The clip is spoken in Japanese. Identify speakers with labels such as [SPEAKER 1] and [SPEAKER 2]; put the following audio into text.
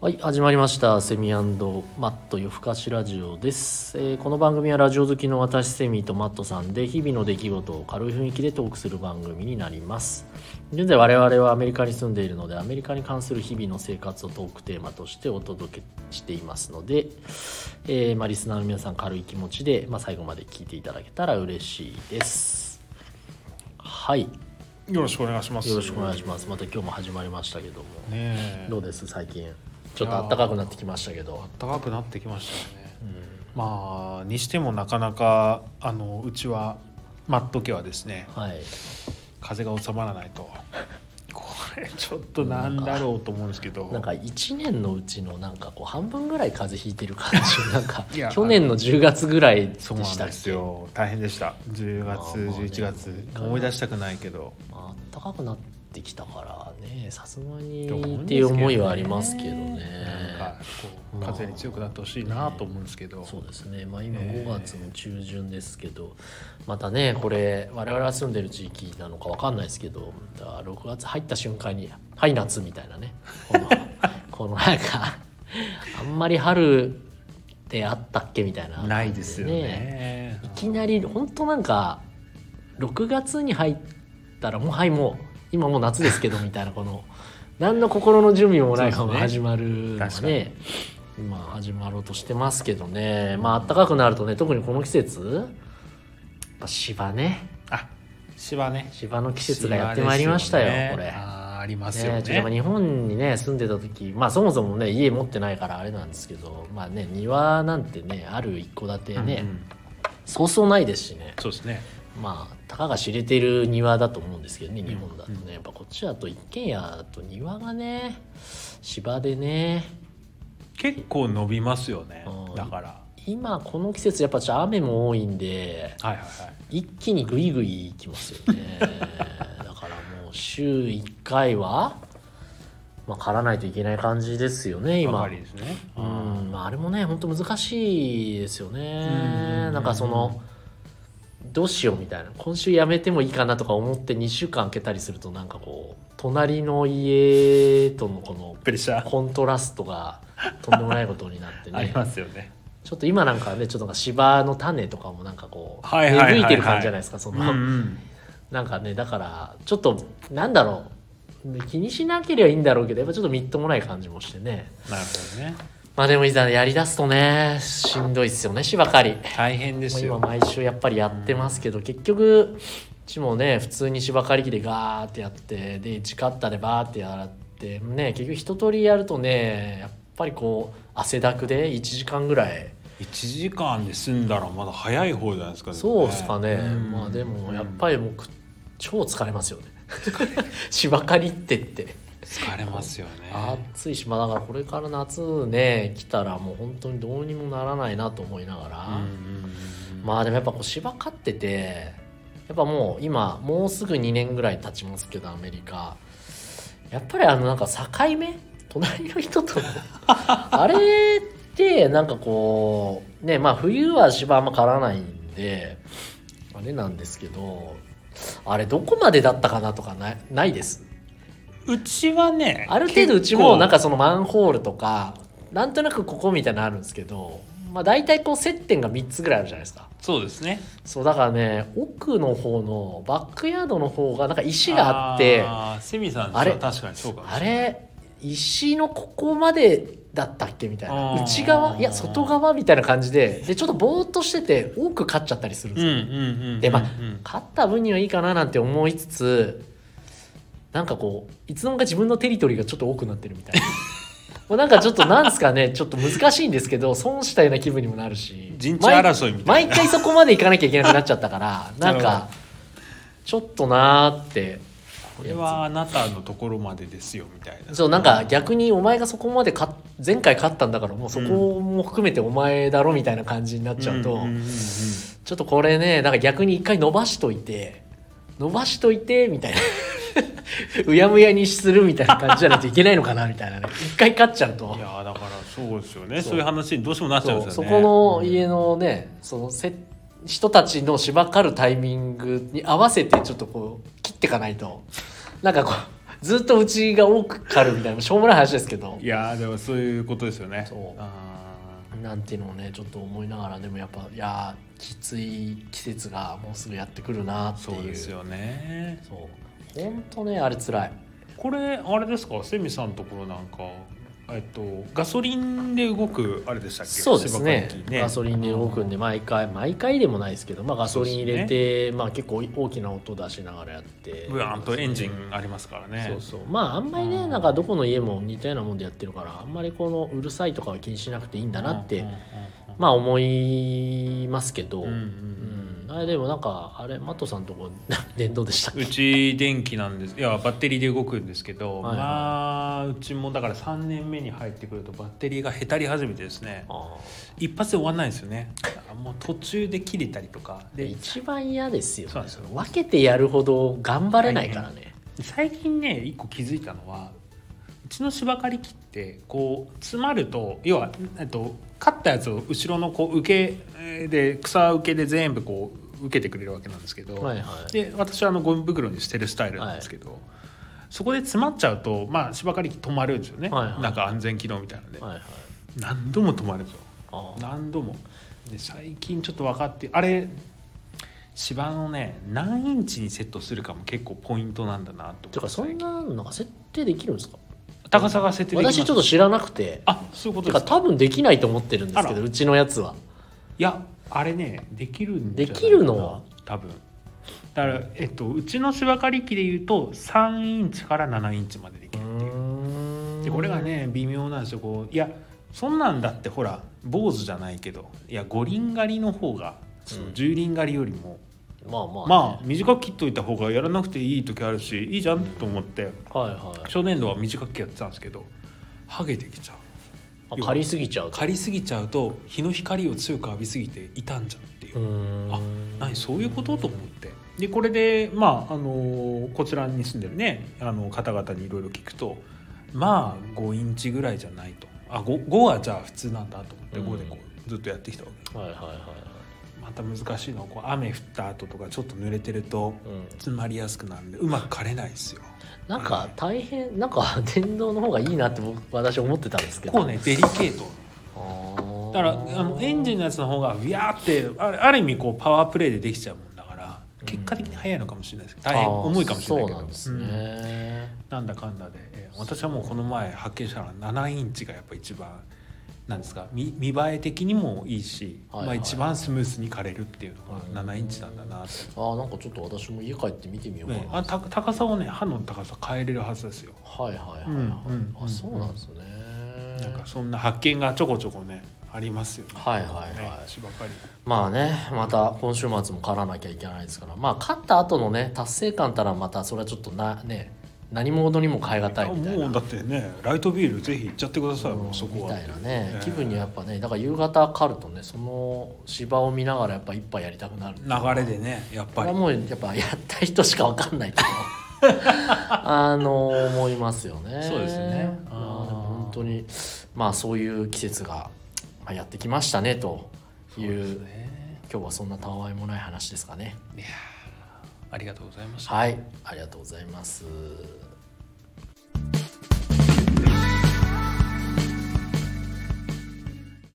[SPEAKER 1] はい始まりましたセミマット夜更かしラジオです、えーこの番組はラジオ好きの私セミとマットさんで日々の出来事を軽い雰囲気でトークする番組になります現在我々はアメリカに住んでいるのでアメリカに関する日々の生活をトークテーマとしてお届けしていますので、えーまあ、リスナーの皆さん軽い気持ちで、まあ、最後まで聞いていただけたら嬉しいですはい
[SPEAKER 2] よろしくお願いします。
[SPEAKER 1] よろしくお願いします。また今日も始まりましたけども、
[SPEAKER 2] ねえ
[SPEAKER 1] どうです最近。ちょっと暖かくなってきましたけど、
[SPEAKER 2] 高くなってきましたよね。まあにしてもなかなかあのうちはマット家はですね
[SPEAKER 1] はい。
[SPEAKER 2] 風が収まらないと これちょっとなんだろうと思うんですけど
[SPEAKER 1] なんか一年のうちのなんかこう半分ぐらい風邪ひいてる感じ、なんか
[SPEAKER 2] いや
[SPEAKER 1] 去年の10月ぐらいで
[SPEAKER 2] そうな
[SPEAKER 1] し
[SPEAKER 2] ん
[SPEAKER 1] たっ
[SPEAKER 2] で
[SPEAKER 1] け
[SPEAKER 2] す。よ大変でした10
[SPEAKER 1] まあ
[SPEAKER 2] 月
[SPEAKER 1] まあね
[SPEAKER 2] 11月思い出したくないけど
[SPEAKER 1] まあ暖かくなってきたからね、さすがに
[SPEAKER 2] と思うん
[SPEAKER 1] っ
[SPEAKER 2] です
[SPEAKER 1] て
[SPEAKER 2] け
[SPEAKER 1] い
[SPEAKER 2] ど
[SPEAKER 1] う
[SPEAKER 2] ね
[SPEAKER 1] 思いはありますけど
[SPEAKER 2] なん
[SPEAKER 1] ね。
[SPEAKER 2] かこう風に強くなってほしいなと思うんですけど
[SPEAKER 1] そうですね、まあ、今5月の中旬ですけど、またねこれ我々が住んでる地域なのかわかんないですけどだから6月入った瞬間に「はい夏」みたいなねこ のこのなんかあんまり春ってあったっけみたいな、
[SPEAKER 2] ないですよね
[SPEAKER 1] いきなり本当なんか6月に入ったらもうはいもう今もう夏ですけどみたいなこの 何の心の準備もないまま始まるのが
[SPEAKER 2] 確か
[SPEAKER 1] ね今始まろうとしてますけどねまあ暖かくなるとね特にこの季節やっぱ芝ね
[SPEAKER 2] あ芝ね
[SPEAKER 1] 芝の季節がやってまいりましたよ
[SPEAKER 2] シワです
[SPEAKER 1] これ。
[SPEAKER 2] あーありますよ
[SPEAKER 1] ね、ちょっとやっぱ
[SPEAKER 2] ね
[SPEAKER 1] 日本にね住んでた時まあそもそもね家持ってないからあれなんですけどまあね庭なんてねある一戸建てね、
[SPEAKER 2] うんうん
[SPEAKER 1] そうそうないですしね
[SPEAKER 2] そうですね
[SPEAKER 1] まあたかが知れてる庭だと思うんですけどね日本だとね、やっぱこっちだと一軒家だと庭がね芝でね
[SPEAKER 2] 結構伸びますよね
[SPEAKER 1] うん
[SPEAKER 2] だから
[SPEAKER 1] 今この季節やっぱちょっと雨も多いんで
[SPEAKER 2] はいはいはい
[SPEAKER 1] 一気にグイグイいきますよ ねだからもう週1回は、まあ、刈らないといけない感じですよね
[SPEAKER 2] ば
[SPEAKER 1] 今
[SPEAKER 2] かりですね
[SPEAKER 1] うんまああれもね本当難しいですよね、
[SPEAKER 2] うん
[SPEAKER 1] なんかそのどうしようみたいな今週やめてもいいかなとか思って2週間空けたりするとなんかこう隣の家とのこの
[SPEAKER 2] プレッシャー
[SPEAKER 1] コントラストがとんでもないことになって
[SPEAKER 2] あり
[SPEAKER 1] ね
[SPEAKER 2] ますよね
[SPEAKER 1] ちょっと今なんかねちょっとなんか芝の種とかもなんかこう
[SPEAKER 2] はい
[SPEAKER 1] 芽
[SPEAKER 2] はいはいはい
[SPEAKER 1] 吹いてる感じじゃないですかそ
[SPEAKER 2] うん
[SPEAKER 1] の、
[SPEAKER 2] うん
[SPEAKER 1] なんかねだからちょっとなんだろう気にしなければいいんだろうけどやっぱちょっとみっともない感じもしてね
[SPEAKER 2] なるほどね
[SPEAKER 1] まあでもいざやりだすとねしんどいっすよね芝刈りも
[SPEAKER 2] 大変で
[SPEAKER 1] う
[SPEAKER 2] す
[SPEAKER 1] 今
[SPEAKER 2] よ
[SPEAKER 1] 毎週やっぱりやってますけど結局うちもね普通に芝刈り機でガーってやってで地カッターでバーってやってね結局一通りやるとねやっぱりこう汗だくで1時間ぐらい
[SPEAKER 2] 一時間で済んだらまだ早い方じゃないですか
[SPEAKER 1] そうっすかね、
[SPEAKER 2] うん
[SPEAKER 1] まあでもやっぱり僕超疲れますよね 芝刈りってって
[SPEAKER 2] 疲れますよね
[SPEAKER 1] 暑いしまあだからこれから夏ね来たらもう本当にどうにもならないなと思いながら、
[SPEAKER 2] うんうんうん
[SPEAKER 1] まあでもやっぱこう芝刈っててやっぱもう今もうすぐ2年ぐらい経ちますけどアメリカやっぱりあのなんか境目隣の人とあれってなんかこうねまあ冬は芝あんま刈らないんであれなんですけどあれどこまでだったかなとかないないです
[SPEAKER 2] うちはね
[SPEAKER 1] ある程度うち
[SPEAKER 2] 結
[SPEAKER 1] も
[SPEAKER 2] 構
[SPEAKER 1] なんかそのマンホールとかなんとなくここみたいなのあるんですけどまあ大体こう接点が3つぐらいあるじゃないですか
[SPEAKER 2] そうですね
[SPEAKER 1] そうだからね奥の方のバックヤードの方がなんか石があってあ
[SPEAKER 2] ーセミさん
[SPEAKER 1] あれ
[SPEAKER 2] 確かにそうかもしない
[SPEAKER 1] れ石のここまでだったっけみたい
[SPEAKER 2] あ
[SPEAKER 1] な
[SPEAKER 2] ー
[SPEAKER 1] 内側いや外側みたいな感じででちょっとぼーっとしてて多く勝っちゃったりするん
[SPEAKER 2] う
[SPEAKER 1] で
[SPEAKER 2] ん
[SPEAKER 1] す
[SPEAKER 2] う
[SPEAKER 1] よ、
[SPEAKER 2] んうんうん
[SPEAKER 1] でまあ
[SPEAKER 2] うん
[SPEAKER 1] 勝った分にはいいかななんて思いつつなんかこういつの間にか自分のテリトリーがちょっと多くなってるみた いなもうなんかちょっとなんすかねちょっと難しいんですけど損したような気分にもなるし
[SPEAKER 2] 陣地争いみたいな
[SPEAKER 1] 毎毎回そこまで行かなきゃいけなくなっちゃったから なん
[SPEAKER 2] なる
[SPEAKER 1] かちょっとなーって
[SPEAKER 2] これはあなたのところまでですよみたいな
[SPEAKER 1] そうなんか逆にお前がそこまで勝っ前回勝ったんだからもうそこも含めてお前だろみたいな感じになっちゃうと、
[SPEAKER 2] んんんん
[SPEAKER 1] ちょっとこれね、なんか逆に一回伸ばしといて、伸ばしといて、みたいな。 うやむやにするみたいな感じじゃないといけないのかな、みたいなね。一回勝っちゃうと
[SPEAKER 2] い。やーだからそうですよね
[SPEAKER 1] そ
[SPEAKER 2] そうういう話にどうしてもなっちゃうん
[SPEAKER 1] そう
[SPEAKER 2] です
[SPEAKER 1] そ
[SPEAKER 2] よね
[SPEAKER 1] この家のね、そのせ人たちの芝刈るタイミングに合わせてちょっとこう切っていかないとなんかこうずっとうちが多く狩るみたいなしょうもない話ですけど
[SPEAKER 2] いやーでもそういうことですよね
[SPEAKER 1] そう
[SPEAKER 2] あ
[SPEAKER 1] なんていうのをねちょっと思いながらでもやっぱいやーきつい季節がもうすぐやってくるな
[SPEAKER 2] ー
[SPEAKER 1] っていう
[SPEAKER 2] そうですよね
[SPEAKER 1] そうほんとねあれ辛い
[SPEAKER 2] これあれですかセミさんのところなんかえっとガソリンで動くあれでしたっけ
[SPEAKER 1] そうですね
[SPEAKER 2] 芝刈り機
[SPEAKER 1] ガソリンで動くんで毎回毎回でもないですけど、まあ、ガソリン入れて、まあ、結構大きな音出しながらやって
[SPEAKER 2] ブワーンとエンジンありますからね
[SPEAKER 1] そうそうまああんまりねなんかどこの家も似たようなもんでやってるからあんまりこのうるさいとかは気にしなくていいんだなって、
[SPEAKER 2] うんうんうんうん
[SPEAKER 1] まあ思いますけど、
[SPEAKER 2] うんうん
[SPEAKER 1] うんあれでもなんかあれマットさんとこ 電動でしたっけ
[SPEAKER 2] うち電気なんですいやバッテリーで動くんですけ
[SPEAKER 1] は
[SPEAKER 2] ど、
[SPEAKER 1] いはい
[SPEAKER 2] まあうちもだから3年目に入ってくるとバッテリーがへたり始めてですね
[SPEAKER 1] あ
[SPEAKER 2] 一発で終わんないんですよねあもう途中で切れたりとか
[SPEAKER 1] ーで
[SPEAKER 2] で
[SPEAKER 1] 一番嫌ですよ,、
[SPEAKER 2] そうなんですよ
[SPEAKER 1] 分けてやるほど頑張れないからね、
[SPEAKER 2] 最近ね一個気づいたのはうちの芝刈り機ってこう詰まると要は、えっと、刈ったやつを後ろのこう受けえーで草受けで全部こう受けてくれるわけなんですけど、
[SPEAKER 1] はいはい
[SPEAKER 2] で私はあのゴミ袋に捨てるスタイルなんですけど、そこで詰まっちゃうと、まあ、芝刈り機止まるんですよね、
[SPEAKER 1] はいはい
[SPEAKER 2] なんか安全機能みたいなので、
[SPEAKER 1] はいはい
[SPEAKER 2] 何度も止まるんですよ
[SPEAKER 1] あー
[SPEAKER 2] 何度もで最近ちょっと分かってあれ芝のね何インチにセットするかも結構ポイントなんだなと
[SPEAKER 1] てかそんなのが設定できるんですか
[SPEAKER 2] 高さが設定できます
[SPEAKER 1] 私ちょっと知らなくて
[SPEAKER 2] あそういうこと
[SPEAKER 1] て
[SPEAKER 2] で
[SPEAKER 1] か
[SPEAKER 2] すか
[SPEAKER 1] 多分できないと思ってるんですけ
[SPEAKER 2] あ
[SPEAKER 1] ど
[SPEAKER 2] ら
[SPEAKER 1] うちのやつはい
[SPEAKER 2] やあれねできるんじゃないかな
[SPEAKER 1] できるのは
[SPEAKER 2] 多分だから、えっと、うちの芝刈り機でいうと3インチから7インチまでできるっていうでこれがね微妙なんですよこういやそんなんだってほら坊主じゃないけどいや五輪狩りの方がその十輪狩りよりも、
[SPEAKER 1] まあまあ、ね、
[SPEAKER 2] まあ短く切っといた方がやらなくていい時あるしいいじゃんと思って
[SPEAKER 1] はいはい
[SPEAKER 2] 初年度は短くやってたんですけどハゲてきちゃう
[SPEAKER 1] あ借りすぎちゃうと
[SPEAKER 2] 刈りすぎちゃうと日の光を強く浴びすぎて傷んじゃうっていうう、
[SPEAKER 1] ーん
[SPEAKER 2] あ何そういうことと思ってでこれでまあ、あのーこちらに住んでるねあの方々にいろいろ聞くとまあ5インチぐらいじゃないとあ 5, 5はじゃあ普通なんだと思って
[SPEAKER 1] うん
[SPEAKER 2] 5でこうずっとやってきたわけ、
[SPEAKER 1] はいはいはいはい
[SPEAKER 2] また難しいのはこう雨降った後とかちょっと濡れてると
[SPEAKER 1] うん
[SPEAKER 2] 詰まりやすくなるんでうまく刈れないですよ
[SPEAKER 1] なんか大変なんか電動の方がいいなって僕私思ってたんですけど
[SPEAKER 2] こうねデリケート
[SPEAKER 1] あ
[SPEAKER 2] だからあのエンジンのやつの方がビャーってあるある意味こうパワープレイでできちゃうもんだから結果的に速いのかもしれないですけど大変重いかもしれないけど
[SPEAKER 1] そうなんですね、
[SPEAKER 2] うんなんだかんだで、えー私はもうこの前発見したのは7インチがやっぱ一番なんですか見見栄え的にもいいし、
[SPEAKER 1] はい
[SPEAKER 2] まあ、
[SPEAKER 1] はい
[SPEAKER 2] 一番スムースに刈れるっていう
[SPEAKER 1] うん
[SPEAKER 2] のが7インチなんだなって、
[SPEAKER 1] あーなんかちょっと私も家帰って見てみようかな、
[SPEAKER 2] ねあた高さをね刃の高さ変えれるはずですよ
[SPEAKER 1] はいはいはいはい、
[SPEAKER 2] うんうんうん
[SPEAKER 1] あそうなんですね
[SPEAKER 2] なんかそんな発見がちょこちょこねありますよね
[SPEAKER 1] はいはいはい
[SPEAKER 2] ね芝刈り
[SPEAKER 1] まあねまた今週末も勝らなきゃいけないですからまあ勝った後のね達成感たらまたそれはちょっとなね何者にも変え難いみたい
[SPEAKER 2] も
[SPEAKER 1] な
[SPEAKER 2] うだってねライトビールぜひ行っちゃってください、もうそ
[SPEAKER 1] み
[SPEAKER 2] こは
[SPEAKER 1] たいなね、
[SPEAKER 2] ええ
[SPEAKER 1] 気分にはやっぱねだから夕方狩るとねその芝を見ながらやっぱ一杯やりたくなる
[SPEAKER 2] 流れでねやっ
[SPEAKER 1] こ
[SPEAKER 2] ぱ
[SPEAKER 1] れ
[SPEAKER 2] り
[SPEAKER 1] はもうやっぱやった人しかわかんないと あの思いますよね
[SPEAKER 2] そうですね
[SPEAKER 1] あー
[SPEAKER 2] あー
[SPEAKER 1] でも本当にまあそういう季節がまあやってきましたねという
[SPEAKER 2] そうですね
[SPEAKER 1] 今日はそんなたわいもない話ですかね
[SPEAKER 2] ありがとうございました
[SPEAKER 1] はいありがとうございます